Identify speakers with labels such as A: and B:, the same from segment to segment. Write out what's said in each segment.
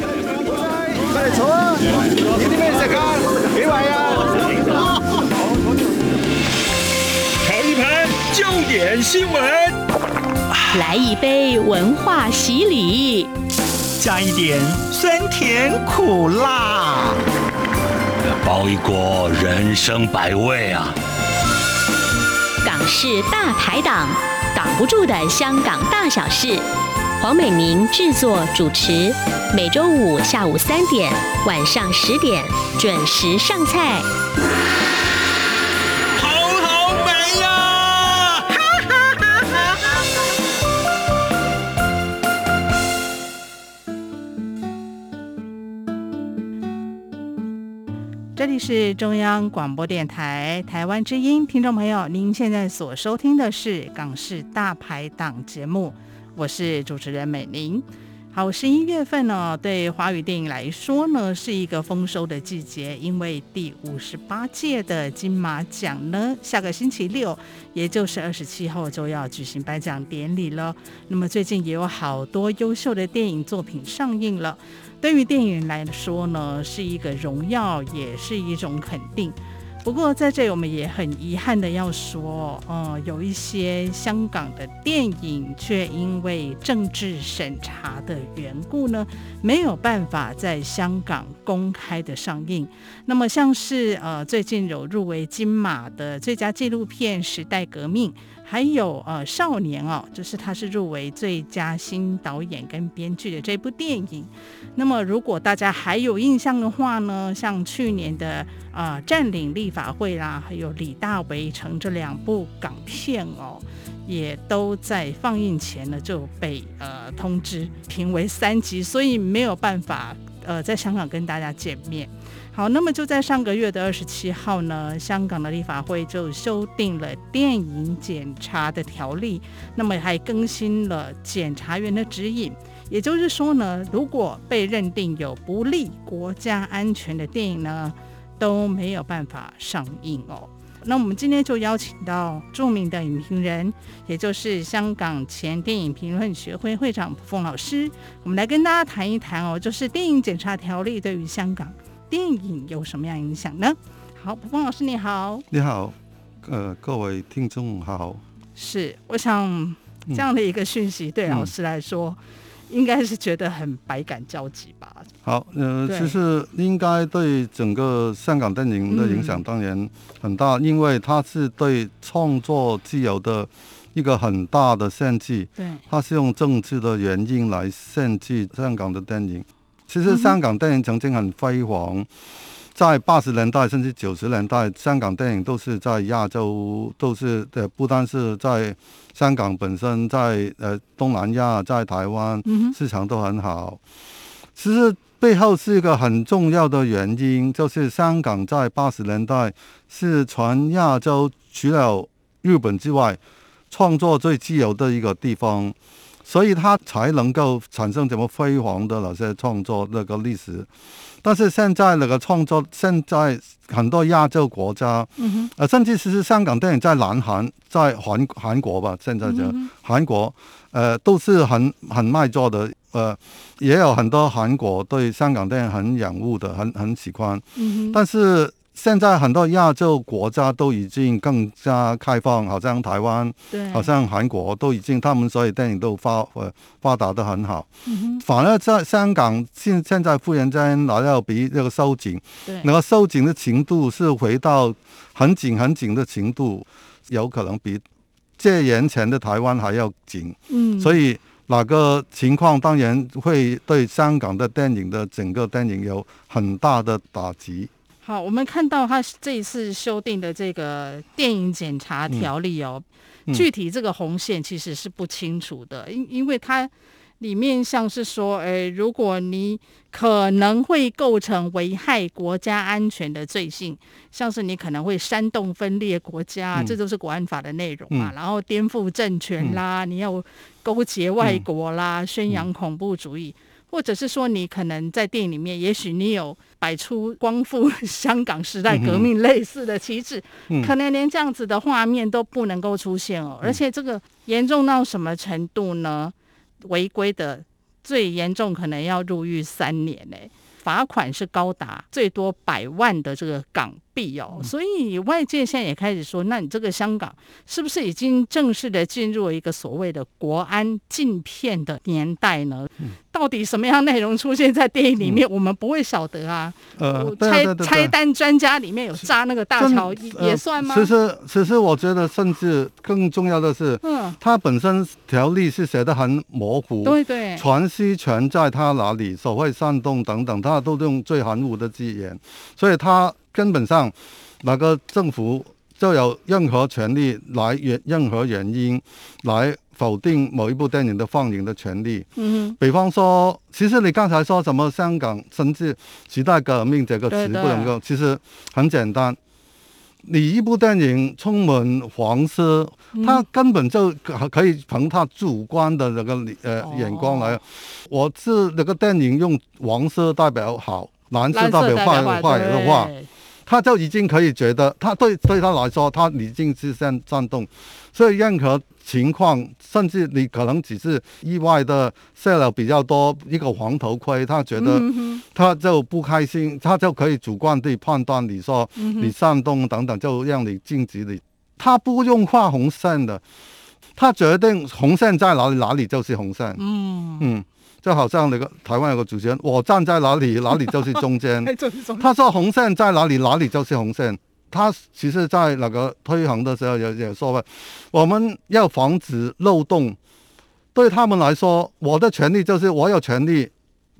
A: 快嚟坐啊！要啲咩食啊？幾位啊？
B: 尝一盘焦点新闻，
C: 来一杯文化洗礼，
D: 加一点酸甜苦辣。
E: 包一锅人生百味啊！
C: 港式大排档，挡不住的香港大小事。黄美明制作主持，每周五下午三点、晚上十点准时上菜。
D: 好好美呀、
F: 这里是中央广播电台台湾之音，听众朋友，您现在所收听的是《港式大排档》节目，我是主持人美玲。好，十一月份呢，对华语电影来说呢，是一个丰收的季节，因为第五十八届的金马奖呢，下个星期六，也就是二十七号就要举行颁奖典礼了。那么最近也有好多优秀的电影作品上映了。对于电影人来说呢，是一个荣耀，也是一种肯定。不过在这里，我们也很遗憾的要说，呃，有一些香港的电影却因为政治审查的缘故呢，没有办法在香港公开的上映。那么像是呃最近有入围金马的最佳纪录片《时代革命》，还有呃少年哦，就是他是入围最佳新导演跟编剧的这部电影。那么，如果大家还有印象的话呢，像去年的呃占领立法会啦，还有李大为城这两部港片哦，也都在放映前呢就被呃通知评为三级，所以没有办法呃在香港跟大家见面。好，那么就在上个月的二十七号呢，香港的立法会就修订了电影检查的条例，那么还更新了检察员的指引。也就是说呢，如果被认定有不利国家安全的电影呢，都没有办法上映哦。那我们今天就邀请到著名的影评人，也就是香港前电影评论学会会长蒲凤老师，我们来跟大家谈一谈哦，就是电影检查条例对于香港电影有什么样影响呢？好，蒲凤老师你好，
A: 你好，呃，各位听众好。
F: 是我想嗯这样的一个讯息对老师来说，应该是觉得很百感交集吧？
A: 好，呃，
F: 对
A: 其实应该对整个香港电影的影响当然很大，因为它是对创作自由的一个很大的限制，
F: 对，
A: 它是用政治的原因来限制香港的电
F: 嗯
A: 影。其实香港电影曾经很辉煌，在八十年代甚至九十年代，香港电影都是在亚洲，都是呃，不单是在香港本身，在呃东南亚，在台湾，
F: 嗯哼，
A: 市场都很好。其实背后是一个很重要的原因，就是香港在八十年代是全亚洲除了日本之外，创作最自由的一个地方，所以它才能够产生这么辉煌的那些创作那个历史。但是现在那个创作，现在很多亚洲国家，
F: 嗯哼，
A: 呃，甚至其实香港电影在南韩，在韩韩国吧，现在就。
F: 嗯哼
A: 韩国，呃，都是很很卖座的，呃，也有很多韩国对香港电影很仰慕的，很很喜欢。
F: 嗯哼，
A: 但是现在很多亚洲国家都已经更加开放，好像台湾，
F: 对，
A: 好像韩国都已经，他们所有电影都发呃发达的很好。
F: 嗯哼，
A: 反而在香港现现在忽然间来到比这个收紧，
F: 对，
A: 那个收紧的程度是回到很紧很紧的程度，有可能比戒严前的台湾还要紧。
F: 嗯，
A: 所
F: 以
A: 以哪个情况当然会对香港的电影的整个电影有很大的打击。
F: 好，我们看到他这一次修订的这个电影检查条例哦，
A: 嗯
F: 具体这个红线其实是不清楚的，因因为它里面像是说，诶，如果你可能会构成危害国家安全的罪行，像是你可能会煽动分裂国家，
A: 嗯
F: 这都是国安法的内容嘛，
A: 嗯
F: 然后颠覆政权啦，你要勾结外
A: 嗯
F: 国啦，宣扬恐怖主义。或者是说，你可能在电影里面，也许你有摆出光复香港时代革命类似的旗帜，
A: 嗯
F: 可能连这样子的画面都不能够出现哦。而且这个严重到什么程度呢？违规的最严重可能要入狱三年嘞、罚款是高达最多百万的这个港币哦，所以外界现在也开始说，那你这个香港是不是已经正式的进入了一个所谓的国安禁片的年代呢？到底什么样内容出现在电影里面，我们不会晓得啊。
A: 嗯呃
F: 我，
A: 对啊对啊
F: 拆
A: 对啊
F: 拆弹专家里面有炸那个大
A: 真
F: 桥也
A: 呃
F: 也算吗？
A: 其实，其实我觉得，甚至更重要的是，
F: 嗯，
A: 它本身条例是写得很模糊，
F: 对对，
A: 传西权在他哪里，所谓煽动等等，他都用最含糊的字眼，所以他根本上哪个政府就有任何权利来原任何原因来否定某一部电影的放映的权利。
F: 嗯
A: 比方说，其实你刚才说什么香港甚至时代革命这个
F: 对
A: 词不
F: 对
A: 能够，其实很简单。你一部电影充满黄色，
F: 嗯
A: 他根本就可可以凭他主观的那个理呃
F: 哦
A: 眼光来，我是那个电影用黄色代表好，
F: 哼，
A: 蓝
F: 蓝
A: 色
F: 色
A: 代表
F: 代
A: 坏
F: 表
A: 坏的话，
F: 对
A: 他就已经可以觉得，他对对他来说，他已经是煽煽动，所以任何情况，甚至你可能只是意外的射了比较多一个黄头盔，他觉得他就不开心，他就可以主观地判断你说你煽动等等，就让你禁止你，他不用画红线的，他决定红线在哪里，哪里就是红线，
F: 嗯，
A: 嗯，就好像那个台湾有个主持人，我站在哪里，哪里就是 中间。
F: 哎，就是中
A: 他说红线在哪里，哪里就是红线。他其实，在那个推行的时候也也说了，我们要防止漏洞。对他们来说，我的权利就是我有权利，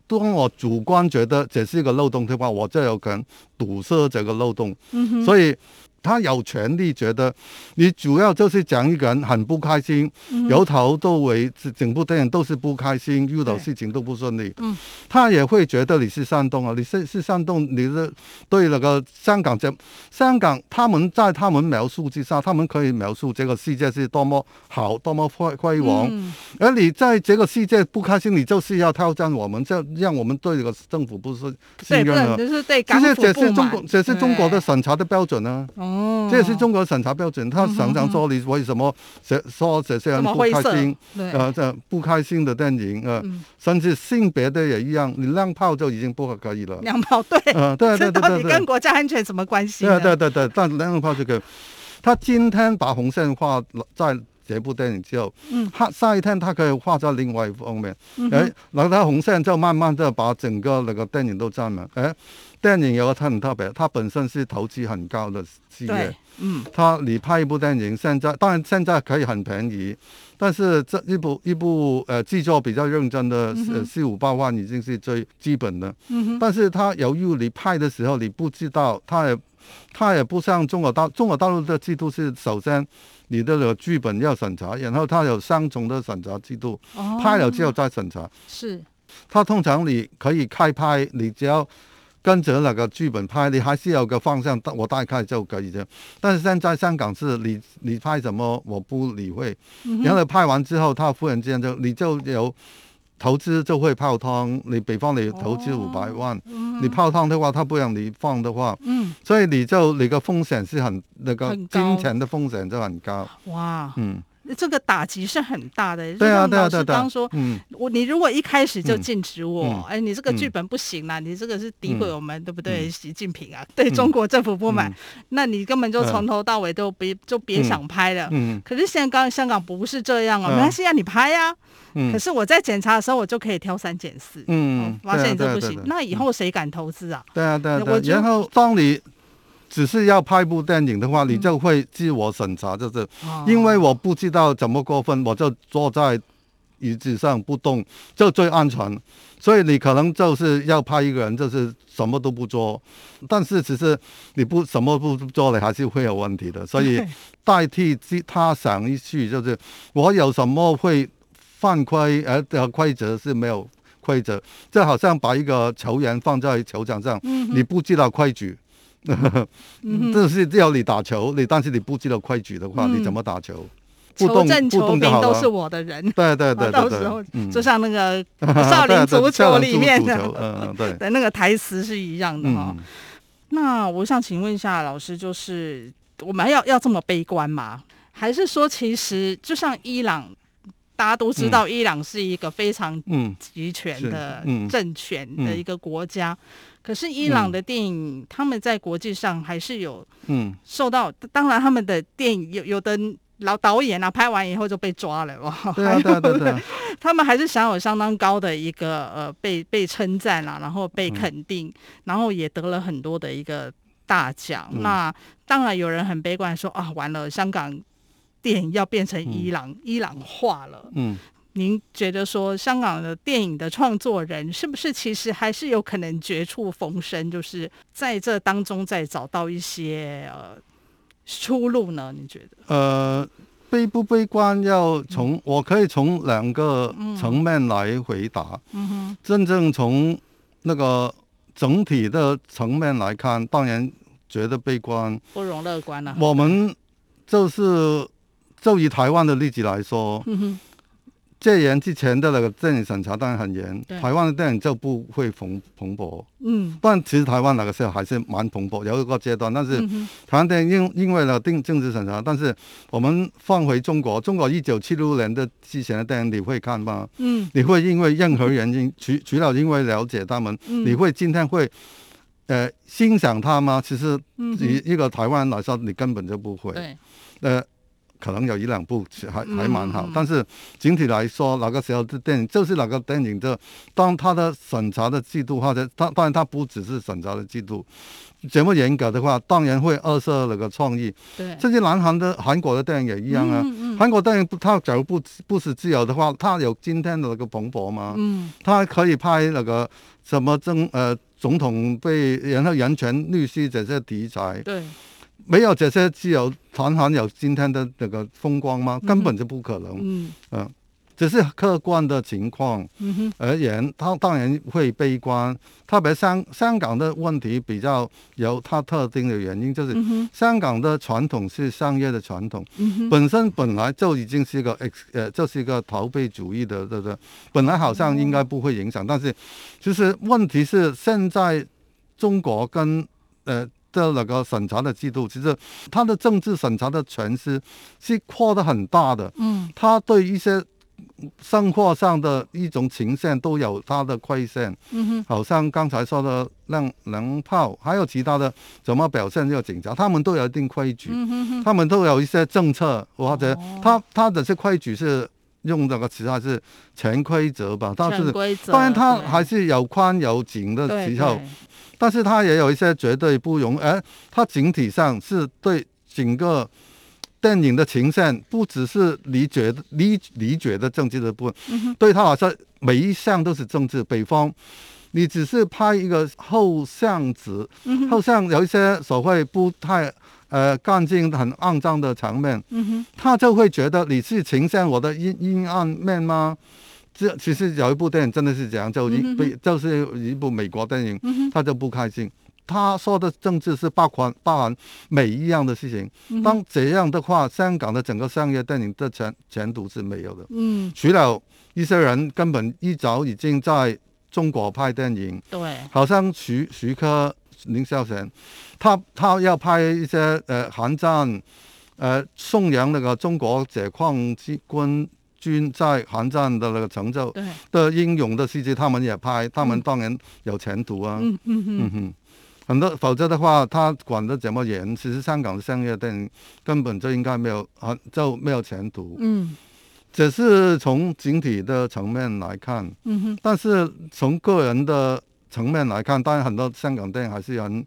A: 当我主观觉得这是一个漏洞的话，我就有可能堵塞这个漏洞。嗯、所以他有权利觉得，你主要就是讲一个人很不开心，由头到尾整部电影都是不开心，遇到
F: 嗯对
A: 事情都不顺利。
F: 嗯
A: 他也会觉得你是煽动啊，你是是煽动你的对那个香港这香港，他们在他们描述之下，他们可以描述这个世界是多么好，多么辉辉煌。
F: 嗯
A: 而你在这个世界不开心，你就是要挑战我们，这让我们对这个政府不是信
F: 对，不
A: 任
F: 然
A: 了。
F: 就是对
A: 这
F: 港
A: 是
F: 府
A: 啊这
F: 不
A: 是中
F: 满
A: 国，这是中国的
F: 对
A: 审查的标准啊。
F: 哦，
A: 这也是中国审查标准，
F: 嗯
A: 他常常说你为什么这说这些
F: 这
A: 人
F: 么
A: 不
F: 灰
A: 开
F: 色
A: 心，，
F: 对，
A: 呃，这不开心的电影，呃，
F: 嗯
A: 甚至性别的也一样，你浪炮就已经不可以了。
F: 两毛对，
A: 呃，对
F: 这
A: 对对
F: 到
A: 对
F: 底
A: 对
F: 跟，国家安全什么关系
A: 对
F: 呢？
A: 对对对，但浪炮这个，他今天把红线画在这部电影之后，
F: 嗯
A: 他下一天他可以画在另外一方面，哎，然后他红线就慢慢的把整个那个电影都占满，哎，电影有个很特别，它本身是投资很高的事业
F: 对。，嗯，
A: 他你拍一部电影，现在当然现在可以很便宜，但是这一部一部呃制作比较认真的
F: 嗯
A: 呃四五八万已经是最基本的。嗯、但是他由于你拍的时候你不知道，他也他也不像中国大中国大陆的制度是首先你的那个剧本要审查，然后它有三重的审查制度，
F: 哦
A: 拍了之后再审查。
F: 是
A: 它通常你可以开拍，你只要跟着那个剧本拍，你还是有个方向，我大概就可以的。但是现在香港是你你拍什么我不理会，
F: 嗯
A: 然后拍完之后，他忽然之间就你就有。投资就会泡汤，你比方你投
F: 哦
A: 资五百万，你泡汤的话，他不让你放的话，
F: 嗯，
A: 所以你就你个风险是很那个
F: 很高
A: 金钱的风险就很高，
F: 哇，
A: 嗯，
F: 这个打击是很大的。
A: 对啊，
F: 就像
A: 对啊，
F: 老
A: 对啊，
F: 师
A: 对啊
F: 刚说。
A: 嗯，
F: 我你如果一开始就
A: 嗯
F: 禁止我
A: 嗯，
F: 哎，你这个剧
A: 嗯
F: 本不行啦，你这个是诋毁我们，对不对？习近平啊，对
A: 嗯
F: 中国政府不满
A: 嗯，
F: 那你根本就
A: 嗯
F: 从头到尾都别就别
A: 嗯
F: 想拍了。
A: 嗯
F: 可是现在刚香港不是这样哦，
A: 嗯
F: 没关系啊，你拍呀。
A: 嗯，
F: 可是我在检查的时候，我就可以挑三拣四。
A: 嗯，
F: 哦发
A: 对啊
F: 现
A: 对
F: 这
A: 啊
F: 不
A: 对啊
F: 行，
A: 对啊
F: 那以后谁敢投资啊？
A: 对啊，对啊，
F: 那
A: 对啊
F: 我。就
A: 然后，当你只是要拍部电影的话，你就会自我审查，就是
F: 哦
A: 因为我不知道怎么过分，我就坐在椅子上不动，就最安全。所以你可能就是要拍一个人，就是什么都不做，但是其实你不什么不做，你还是会有问题的。所以
F: 对
A: 代替之他想一句，就是我有什么会犯规，而的规则是没有规则，就好像把一个球员放在球场上，你不知道规矩。这是要你打球，你但是你不知道规矩的话，
F: 嗯
A: 你怎么打球？不
F: 球
A: 动
F: 证
A: 不
F: 球
A: 动
F: 评
A: 就好
F: 都是
A: 了。
F: 我的人，
A: 对对对
F: 啊到
A: 对
F: 时候
A: 对，嗯
F: 就像那个
A: 对
F: 少林
A: 对
F: 足球
A: 对少
F: 里
A: 林足
F: 面
A: 足球
F: 的
A: 嗯 对，
F: 的那个台词是一样的啊哈
A: 嗯。
F: 那我想请问一下老师，就是我们要要这么悲观吗？还是说其实就像伊朗？大家都知道，伊朗是一个非常
A: 嗯
F: 集权
A: 是
F: 的
A: 嗯
F: 政权的
A: 嗯
F: 一个国家。可是伊朗
A: 嗯
F: 的电影，他们在国际上还是有
A: 嗯，
F: 受到，当然他们的电影有有的老导演啊，拍完以后就被抓了，哇，
A: 对啊，对啊，对啊对啊，
F: 他们还是享有相当高的一个呃被被称赞啦，然后
A: 嗯
F: 被肯定，然后也得了很多的一个大奖。
A: 嗯
F: 那当然有人很悲观说啊，完了，香港电影要变成伊朗、伊朗化了。
A: 嗯，
F: 您觉得说香港的电影的创作人是不是其实还是有可能绝处逢生，就是在这当中再找到一些呃出路呢？你觉得？
A: 呃，悲不悲观要
F: 嗯
A: 从我可以从两个层面来回答。
F: 嗯哼，
A: 真正从那个整体的层面来看，当然觉得悲观。
F: 不容乐观啊了、
A: 我们就是就以台湾的例子来说，
F: 嗯哼，
A: 戒严之前的那个电影审查当然很严
F: 对，
A: 台湾的电影就不会蓬蓬勃。
F: 嗯
A: 但其实台湾那个时候还是蛮蓬勃，有一个阶段。但是
F: 嗯哼，
A: 台湾电影因因为了定政治审查，但是我们放回中国，中国一九七六年的之前的电影你会看吗？
F: 嗯
A: 你会因为任何原因，除除了因为了解他们，
F: 嗯，
A: 你会今天会呃欣赏他吗？其实
F: 嗯哼
A: 以一个台湾人来说，你根本就不会。
F: 对，
A: 呃，可能有一两部是还还蛮好，
F: 嗯嗯
A: 但是整体来说，那个时候的电影就是那个电影的，当它的审查的制度或者它当然它不只是审查的制度，这么严格的话，当然会扼杀那个创意。
F: 对，
A: 甚至南韩的韩国的电影也一样啊，
F: 嗯嗯
A: 韩国电影不它假如不不是自由的话，它有今天的那个蓬勃吗？
F: 嗯
A: 他可以拍那个什么政呃总统被然后人权律师这些题材，
F: 对，
A: 没有这些自由谈韩有今天的那个风光吗？根本就不可能，
F: 嗯
A: 只是客观的情况
F: 嗯哼，
A: 而言，他当然会悲观。特别香香港的问题比较有它特定的原因，就是
F: 嗯哼，
A: 香港的传统是商业的传统。
F: 嗯哼，
A: 本身本来就已经是一个 X 呃，就是一个逃避主义的，对不对？本来好像应该
F: 哦
A: 不会影响，但是其实问题是现在中国跟呃的那个审查的制度，其实它的政治审查的权是是扩得很大的，
F: 嗯
A: 它对一些生活上的一种情线都有它的亏欠，
F: 嗯哼，
A: 好像刚才说的让能炮，还有其他的怎么表现这个警察，他们都有一定规矩。
F: 嗯哼哼，
A: 他们都有一些政策，或者
F: 哦
A: 他他的这规矩是用那个词还是潜规则吧，但
F: 潜
A: 是
F: 规则，
A: 当然他还
F: 是
A: 是有宽有紧的
F: 对
A: 时候，但是他也有一些绝对不容，而他整体上是对整个。电影的情线不只是理解理理解的政治的部分，
F: 嗯
A: 对他来说每一项都是政治。北方，你只是拍一个后巷子，
F: 嗯
A: 后巷有一些所谓不太呃干净、很肮脏的场面，
F: 嗯哼，
A: 他就会觉得你是呈现我的阴阴暗面吗？这其实有一部电影真的是这样，就一、
F: 嗯哼嗯
A: 被就是一部美国电影，他就不开心。他说的政治是包含包含每一样的事
F: 嗯
A: 情。当这样的话，香港的整个商业电影的前前途是没有的。
F: 嗯
A: 除了一些人根本一早已经在中国拍电影，
F: 对，
A: 好像徐徐克、林孝贤，他他要拍一些呃韩战，呃颂扬那个中国解放之军军在韩战的那个成就
F: 对，
A: 的英勇的事迹，他们也拍，他们当然有前途啊。
F: 嗯嗯哼，
A: 嗯哼，很多否则的话，他管得怎么严，其实香港的商业电影根本就应该没有啊就没有前途。
F: 嗯
A: 只是从整体的层面来看，
F: 嗯哼，
A: 但是从个人的层面来看，当然很多香港电影还是很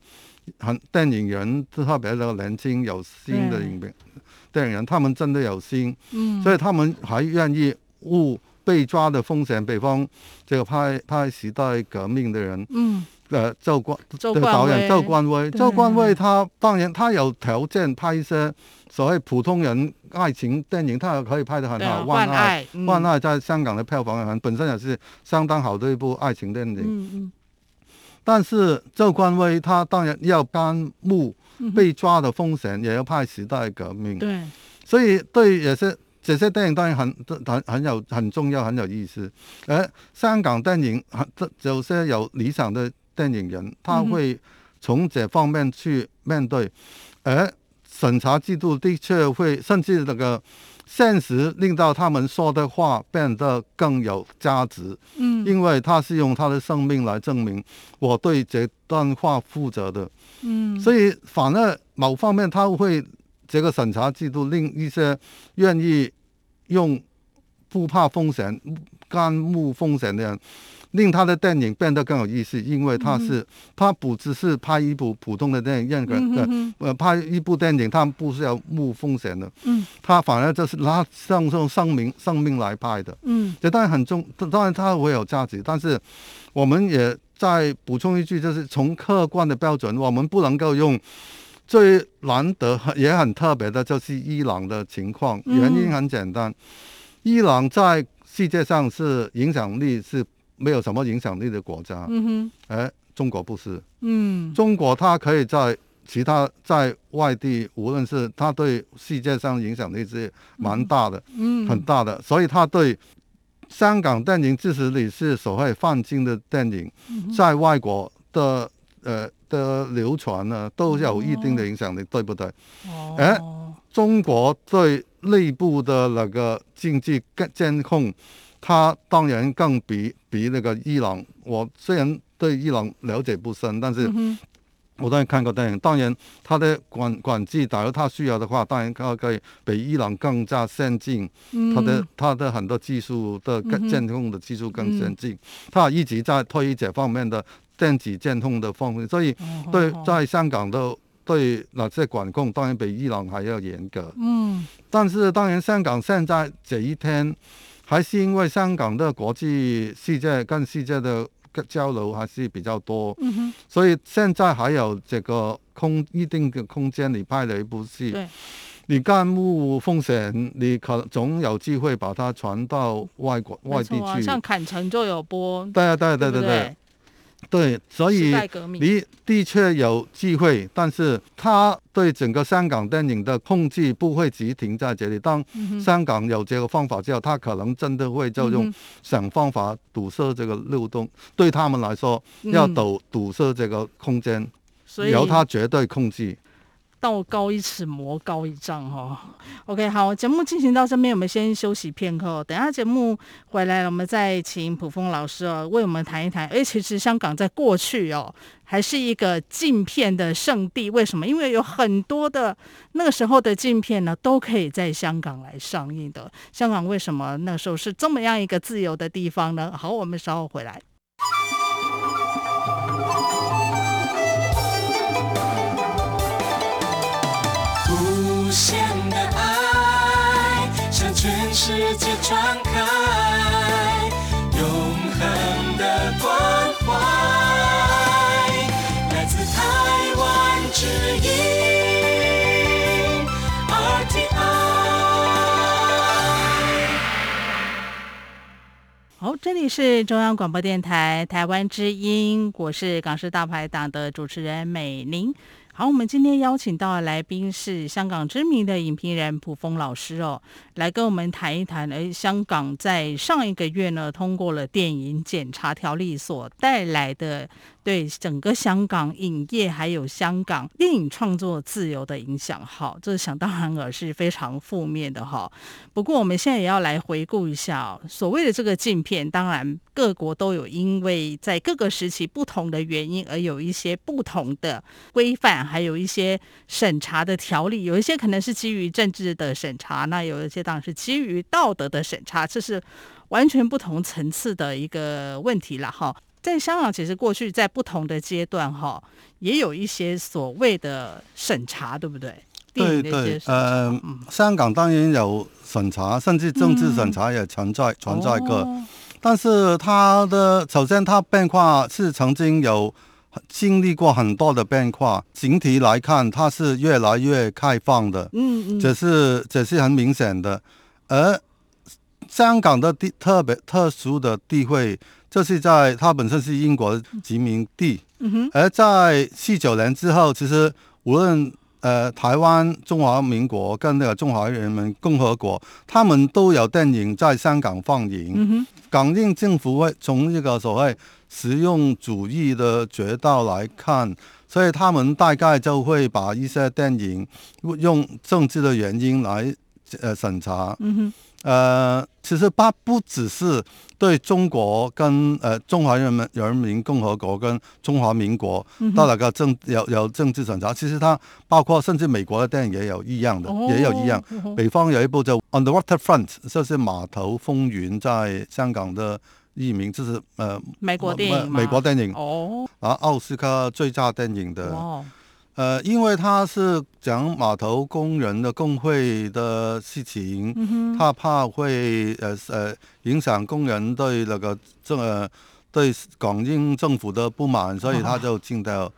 A: 很电影人，特别的年轻有心的
F: 对
A: 影片电影人，他们真的有心，
F: 嗯，
A: 所以他们还愿意误被抓的风险。比方这个拍拍时代革命的人，
F: 嗯，
A: 呃，周冠
F: 周
A: 的导演周
F: 冠
A: 冠威，
F: 对
A: 周冠威他当然他有条件拍一些所谓普通人爱情电影，他也可以拍得很
F: 威对
A: 好，
F: 啊
A: 万
F: 万
A: 爱。
F: 爱，嗯
A: 万，爱在香港的票房很本身也是相当好的一部爱情电影，
F: 嗯
A: 但是周冠威他当然要干木
F: 嗯，
A: 被抓的风险，也要拍时代革命
F: 嗯，，对，
A: 所以对也是这些电影当然很很很有很重要，很有意思。而香港电影很有些有理想的电影人，他会从这方面呃去面对，而审查制度的确会甚至那个现实令到他们说的话变得更有价值，
F: 嗯
A: 因为他是用他的生命来证明我对这段话负责的。
F: 嗯，
A: 所以反而某方面他会这个审查制度令一些愿意用不怕风险、甘冒风险的人，令他的电影变得更有意思，因为他是、他不只是拍一部普通的电影，让人的、
F: 嗯嗯
A: 呃拍一部电影，他不是要冒风险的，
F: 嗯，
A: 他反而就是拿上用生命生命来拍的。
F: 嗯
A: 这当然很重，当然它会有价值，但是我们也再补充一句，就是从客观的标准，我们不能够用最难得也很特别的，就是伊朗的情况。
F: 嗯
A: 原因很简单，伊朗在世界上是影响力是没有什么影响力的国家，
F: 嗯哼
A: 哎，中国不是，
F: 嗯
A: 中国它可以在。其他在外地，无论是它对世界上影响力是蛮大的，
F: 嗯
A: 很大的，所以他对香港电影支持力是所谓泛金的电影，在外国的呃的流传呢，都有一定的影响力，对不对？哎
F: 哦
A: 中国对内部的那个经济监监控，它当然更比比那个伊朗。我虽然对伊朗了解不深，但是
F: 嗯
A: 我当然看过电影。当然，它的管管制，假如它需要的话，当然它可以比伊朗更加先进。
F: 哼
A: 它的
F: 嗯
A: 它的很多技术的
F: 嗯哼
A: 监控的技术更先
F: 嗯
A: 进，它一直在推这方面的电子监控的方面，所以
F: 哦
A: 对
F: 哦
A: 在香港的对那些管控当然比伊朗还要严格。
F: 嗯
A: 但是当然，香港现在这一天，还是因为香港的国际世界跟世界的交流还是比较多，
F: 嗯哼
A: 所以现在还有这个空一定的空间，你拍了一部戏
F: 对，
A: 你干木风险，你可总有机会把它传到外国
F: 没
A: 外地
F: 错啊
A: 去。
F: 像坎城就有播，
A: 对啊，对啊对
F: 不
A: 对对对，所
F: 时
A: 以
F: 代革命，
A: 你的确有机会，但是他对整个香港电影的控制不会只停在这里。当
F: 嗯哼
A: 香港有这个方法之后，他可能真的会就用
F: 嗯
A: 想方法堵塞这个漏洞。对他们来说，要
F: 嗯
A: 堵堵塞这个空间，
F: 所以
A: 由他绝对控制。
F: 道高一尺，魔高一丈哦。OK，好，节目进行到这边，我们先休息片刻哦。等一下节目回来了，我们再请普峰老师哦，为我们谈一谈。哎，其实香港在过去哦，还是一个禁片的圣地。为什么？因为有很多的那个时候的禁片呢，都可以在香港来上映的。香港为什么那时候是这么样一个自由的地方呢？好，我们稍后回来。
G: 无限的爱向全世界传开，永恒的关怀，来自台湾之音 RTI。
F: 好，这里是中央广播电台台湾之音，我是港式大排档的主持人美玲。好，我们今天邀请到的来宾是香港知名的影评人蒲峰老师哦，来跟我们谈一谈。哎，香港在上一个月呢，通过了电影检查条例所带来的对整个香港影业还有香港电影创作自由的影响。好，这想当然而是非常负面的哈、不过我们现在也要来回顾一下、哦、所谓的这个禁片，当然各国都有因为在各个时期不同的原因而有一些不同的规范，还有一些审查的条例，有一些可能是基于政治的审查，那有一些当然是基于道德的审查，这是完全不同层次的一个问题了哈。在香港，其实过去在不同的阶段哈，也有一些所谓的审查，对不对？电
A: 对
F: 影的一些嗯
A: 对，
F: 审
A: 呃，香港当然有审查，甚至政治审查也存在、存在过。
F: 哦
A: 但是它的首先它变化是曾经有经历过很多的变化，整体来看它是越来越开放的，
F: 嗯嗯，
A: 这是这是很明显的。而香港的地特别特殊的地位，就是在它本身是英国殖民地，
F: 嗯哼，
A: 而在四九年之后，其实无论呃台湾中华民国跟那个中华人民共和国，他们都有电影在香港放映。
F: 嗯哼。
A: 港英政府会从一个所谓实用主义的角度来看，所以他们大概就会把一些电影用政治的原因来呃审查。
F: 嗯哼，
A: 呃，其实它不只是对中国跟呃中华人民人民共和国跟中华民国
F: 嗯
A: 到了个政有有政治审查，其实它包括甚至美国的电影也有一样的，也有一样。
F: 哦
A: 北方有一部叫《On the Waterfront》，就是《码头风云》在香港的译名，就是呃
F: 美国电影吗
A: 美国电影，
F: 哦，
A: 然后奥斯卡最佳电影的。
F: 哇，
A: 呃，因为他是讲码头工人的工会的事情，
F: 嗯
A: 他怕会呃呃影响工人对那个政呃对港英政府的不满，所以
F: 哦
A: 他就进到。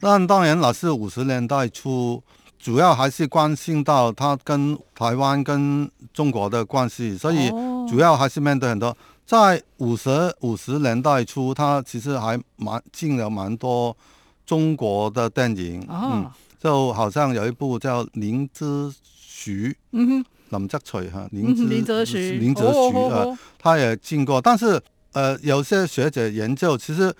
A: 但当然了，是五十年代初，主要还是关心到他跟台湾跟中国的关系，所以
F: 哦
A: 主要还是面对很多。在五十五十年代初，他其实还蛮进了蛮多中国的电影，嗯
F: 哦，，
A: 就好像有一部叫《林之徐》，
F: 嗯哼，
A: 林则徐哈，林
F: 嗯
A: 之
F: 哼林则徐，
A: 林则徐
F: 哦
A: 啊，，他也进过，但是呃，有些学者研究，其实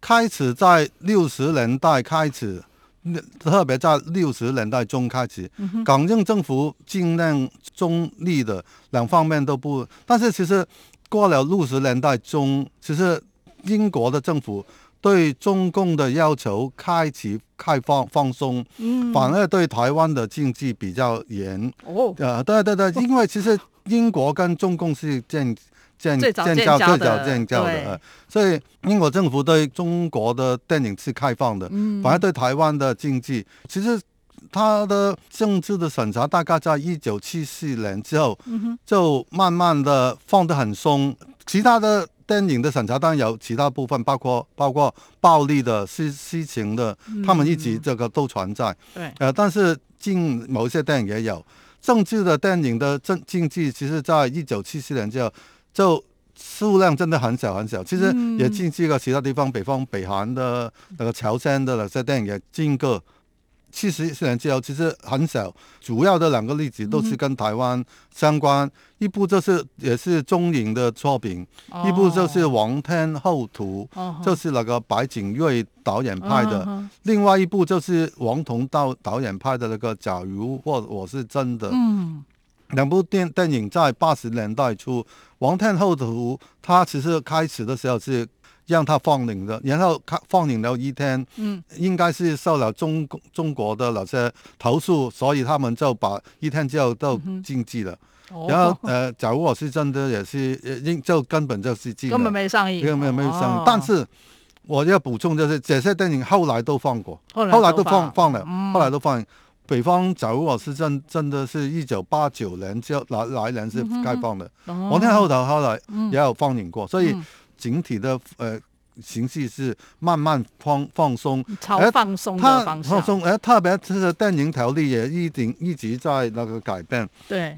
A: 开始在六十年代开始，嗯特别在六十年代中开始，
F: 嗯
A: 港英政府尽量中立的两方面都不，但是其实过了六十年代中，其实英国的政府。对中共的要求开始开放放松，
F: 嗯
A: 反而对台湾的禁忌比较严。
F: 哦，
A: 呃，对 对对，因为其实英国跟中共是建建
F: 最早
A: 建
F: 建
A: 交
F: 交
A: 最早
F: 的
A: 建交的，
F: 对
A: 呃所以英国政府对中国的电影是开放的，
F: 嗯
A: 反而对台湾的经济，其实它的政治的审查大概在一九七四年之后，
F: 嗯
A: 就慢慢的放得很松，其他的。电影的审查当然有其他部分，包括包括暴力的、私私情的，
F: 嗯
A: 他们一直这个都存在。
F: 对，
A: 呃，但是进某些电影也有政治的电影的政禁忌，其实在一九七四年之后，就数量真的很小很小。其实也进去过其他地方，北方北韩的那个朝鲜的那些电影也进过。七十四年之后，其实很少，主要的两个例子都是跟台湾相关，一部就是也是中影的作品，一部就是《王天后图》，
F: 哦
A: 就是那个白景瑞导演拍的，
F: 嗯哼
A: 另外一部就是王彤导导演拍的那个《假如或我是真的》，
F: 嗯，
A: 两部电电影在八十年代初，《王天后图》它其实开始的时候是让它放映的，然后开放映了一天，
F: 嗯，
A: 应该是受了中共中国的那些投诉，所以他们就把一天之后
F: 嗯
A: 都禁忌了。
F: 哦
A: 然后呃，《假如我是真的》也是呃应就根本就是禁了，
F: 根本没上映，
A: 这个没有没有上映，
F: 哦
A: 但是我要补充就是，这些电影后来都放过，
F: 后来
A: 都
F: 都放
A: 放放了，
F: 嗯
A: 后来都放。北方假如我是真真的是一九八九年就来来年是开放的，
F: 哦
A: 王天后头后来
F: 嗯
A: 也有放映过，所以
F: 嗯
A: 整体的呃形式是慢慢放放松，
F: 超
A: 而
F: 放松
A: 它
F: 的方啊向，
A: 哎放松，而特别是电影条例也一定一直在那个改变，
F: 对，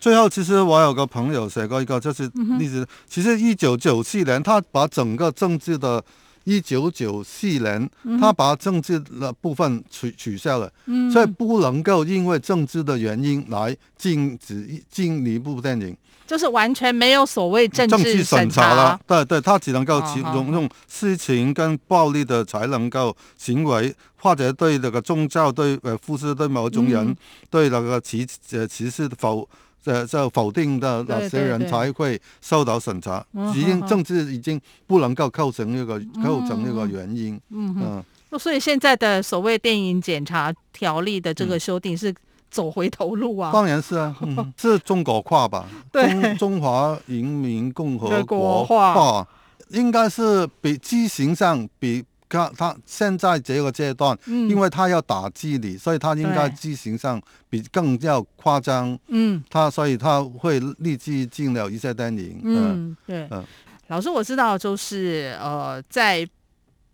A: 最后，其实我有个朋友写过一个，就是例子。其实一九九四年，他把整个政治的，一九九四年，他把政治的部分取取消了，
F: 嗯
A: 所以不能够因为政治的原因来禁止一禁一部电影
F: 就是完全没有所谓政
A: 治审
F: 查
A: 了。对对，他只能够
F: 哦
A: 其
F: 好
A: 用用私情跟暴力的才能够行为，或者对那个宗教、对呃肤色、对某
F: 嗯
A: 种人、对那个歧呃歧视否呃就否定的那
F: 对
A: 些
F: 对
A: 人
F: 对
A: 才会受到审查
F: 嗯，
A: 已经
F: 哼
A: 政治已经不能够构成一个构成一个原因，
F: 嗯哼，
A: 嗯，
F: 那所以现在的所谓电影检查条例的
A: 嗯
F: 这个修订是走回头路啊，
A: 当然是啊，嗯 是中国化吧？
F: 对
A: 中中华人民共和
F: 的国
A: 国
F: 化
A: 化应该是比畸形上比它它现在这个阶段，
F: 嗯
A: 因为它要打击你，所以它应该
F: 对
A: 畸形上比更要夸张，
F: 嗯。
A: 它所以它会立即进了一些电影，嗯，
F: 嗯，对。
A: 嗯
F: 老师，我知道，就是呃，在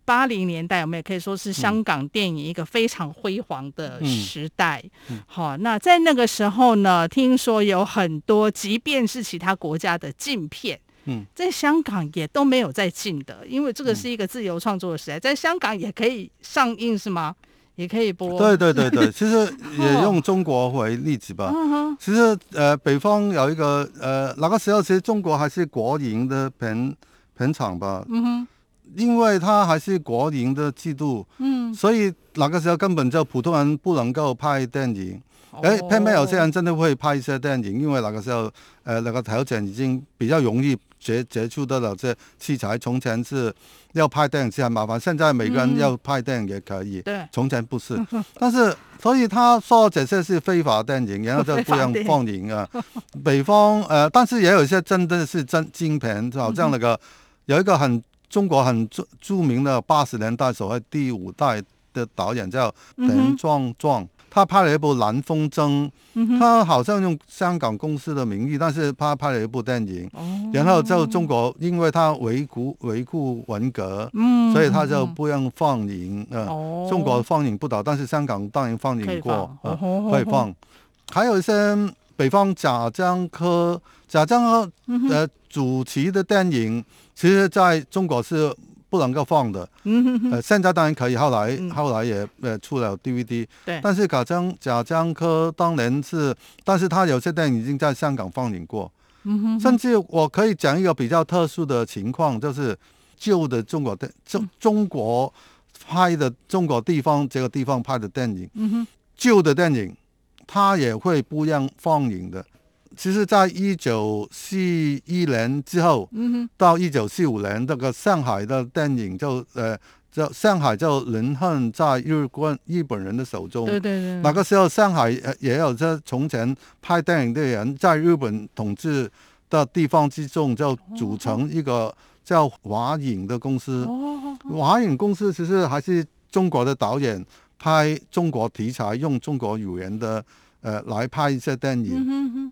F: 八零年代，我们也可以说
A: 嗯
F: 是香港电影一个非常辉煌的时代。
A: 嗯
F: 好、那在那个时候呢，听说有很多，即便是其他国家的禁片。
A: 嗯，
F: 在香港也都没有在禁的，因为这个是一个自由创作的时代，在香港也可以上映是吗？也可以播。
A: 对，对对 对，其实也用中国为例子吧。
F: 嗯哼，
A: 其实呃，北方有一个呃，那个时候其实中国还是国营的片片场吧，
F: 嗯哼，
A: 因为它还是国营的制度，
F: 嗯
A: 所以那个时候根本就普通人不能够拍电影。
F: 哦
A: 哎，偏偏有些人真的会拍一些电影，因为那个时候，呃，那个条件已经比较容易接接触得了这器材。从前是要拍电影是很麻烦，现在每个人要拍电影也可以。
F: 嗯对
A: 从前不是，但是所以他说这些是非法电影，然后就不让
F: 非法
A: 放映啊。北方呃，但是也有一些真的是真精品，就好像那
F: 嗯
A: 个、有一个很中国很著著名的八十年代所谓第五代的导演叫
F: 嗯哼
A: 田壮壮，他拍了一部《蓝风筝》，
F: 嗯
A: 他好像用香港公司的名义，但是他拍了一部电影，
F: 哦
A: 然后就中国因为他维护维护文革，
F: 嗯
A: 所以他就不让放映，呃，
F: 哦
A: 中国放映不倒，但是香港当然放
F: 可以放
A: 映过，呃
F: 哦
A: 可以放。还有一些北方贾樟柯、贾樟柯
F: 嗯
A: 呃主持的电影，其实在中国是不能够放的。
F: 嗯，
A: 呃，现在当然可以，后来、
F: 嗯
A: 后来也呃出了 DVD。
F: 对
A: 但是贾樟贾樟柯当年是，但是他有些电影已经在香港放映过。嗯哼甚至我可以讲一个比较特殊的情况，就是旧的中国电
F: 嗯
A: 中中国拍的中国地方这个地方拍的电影，嗯
F: 哼，
A: 旧的电影它也会不让放映的。其实，在一九四一年之后，
F: 嗯
A: 到一九四五年，那个上海的电影就呃，就上海就沦陷在日quân日本人的手中。
F: 对对对，
A: 那个时候，上海呃也有这从前拍电影的人，在日本统治的地方之中，就组成一个叫华影的公司。
F: 哦，
A: 华影公司其实还是中国的导演拍中国题材，用中国语言的呃来拍一些电影。
F: 嗯哼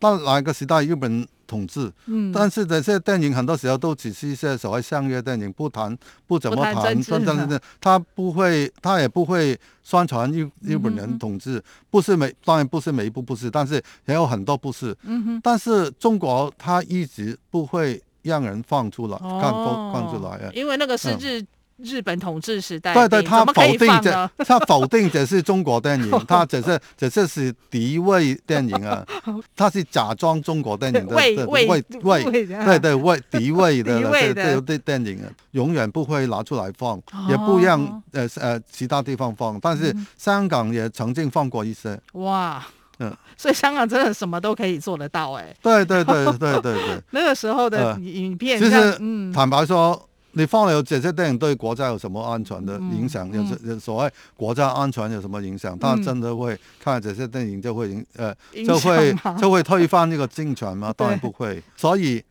A: 但那个时代日本统治，
F: 嗯
A: 但是这些电影很多时候都只是一些所谓相约电影，不谈不怎么
F: 不谈
A: 谈
F: 政治
A: 但是他不会，他也不会宣传日日本
F: 嗯
A: 人统治，不是每当然不是每一部不是，但是也有很多不是。
F: 嗯哼，
A: 但是中国他一直不会让人放出来，
F: 哦
A: 看放放出来啊。
F: 因为那个是
A: 嗯
F: 日日本统治时代，
A: 对对，
F: 你
A: 他
F: 哎怎么可
A: 否
F: 以
A: 定
F: 放
A: 这
F: 呢？，
A: 他否定这是中国电影，他只是只是是敌位电影 啊，他是假装中国电影的
F: 为
A: 对
F: 为
A: 为为
F: 为
A: 对对为敌位 的
F: 敌
A: 了
F: 位
A: 这
F: 的
A: 这这电影啊，永远不会拿出来放，也不让
F: 哦嗯
A: 呃呃其他地方放，但是香港也曾经放过一些，
F: 哇，
A: 嗯，
F: 所以香港真的什么都可以做得到哎、
A: 对对对对对对。
F: 那个时候的
A: 呃
F: 影片，
A: 其
F: 像
A: 实
F: 嗯，
A: 坦白说，你放了这些电影对国家有什么安全的影响？
F: 嗯
A: 有有所谓国家安全有什么影响？他
F: 嗯
A: 真的会看这些电影就会影呃
F: 影
A: 就会
F: 响吗
A: 就会推翻这个政权吗？当然
F: 对
A: 不会。所以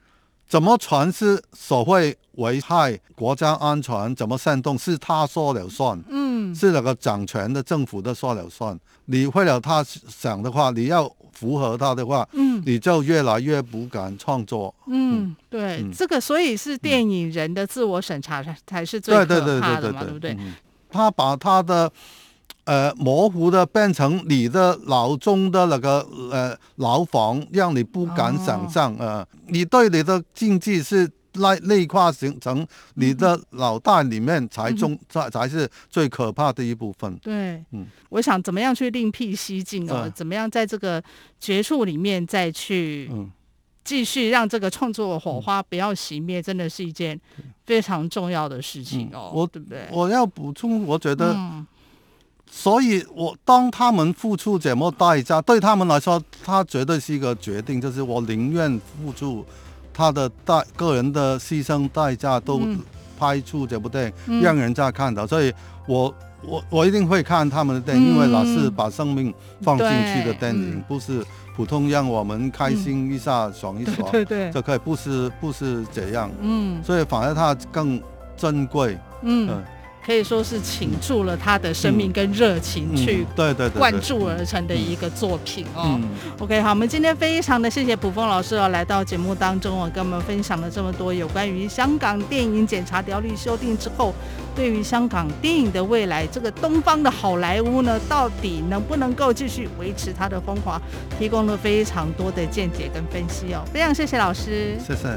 A: 怎么诠释所谓危害国家安全，怎么煽动是他说了算。
F: 嗯
A: 是那个掌权的政府的说了算，你为了他想的话，你要符合他的话，
F: 嗯
A: 你就越来越不敢创作。
F: 嗯，对，
A: 嗯
F: 这个所以是电影人的自我审查才才是最
A: 对对
F: 可
A: 对
F: 怕
A: 对
F: 的
A: 对
F: 嘛，对不对？
A: 嗯他把他的呃模糊的变成你的脑中的那个呃牢房，让你不敢想象。
F: 哦
A: 呃，你对你的禁忌是内内化形成你的
F: 嗯
A: 脑袋里面才中才才是最可怕的一部分。
F: 对，
A: 嗯
F: 我想怎么样去另辟蹊径哦，
A: 嗯
F: 怎么样在这个绝处里面再去
A: 嗯
F: 继续让这个创作火花不要熄灭，真的是一件非常重要的事情哦，
A: 嗯我
F: 对不对？
A: 我要补充，我觉得。
F: 嗯
A: 所以我当他们付出这么代价，对他们来说，他绝对是一个决定，就是我宁愿付出他的代个人的牺牲代价，都
F: 嗯
A: 拍出这部电影，
F: 嗯
A: 让人家看到。所以我我我一定会看他们的电影，
F: 嗯
A: 因为那是把生命放进去的
F: 对
A: 电影，
F: 嗯
A: 不是普通让我们开心一下、爽一爽
F: 对对
A: 就可以，不是不是这样。
F: 嗯
A: 所以反而它更珍贵。
F: 嗯
A: 嗯，
F: 可以说是倾注了他的生命跟热情去
A: 嗯对对对对，
F: 灌注而成的一个作品哦。
A: 嗯。
F: OK，好，我们今天非常的谢谢卜峰老师哦，来到节目当中哦，跟我们分享了这么多有关于香港电影检查条例修订之后，对于香港电影的未来，这个东方的好莱坞呢，到底能不能够继续维持它的风华，提供了非常多的见解跟分析哦。非常谢谢老师，
A: 谢谢。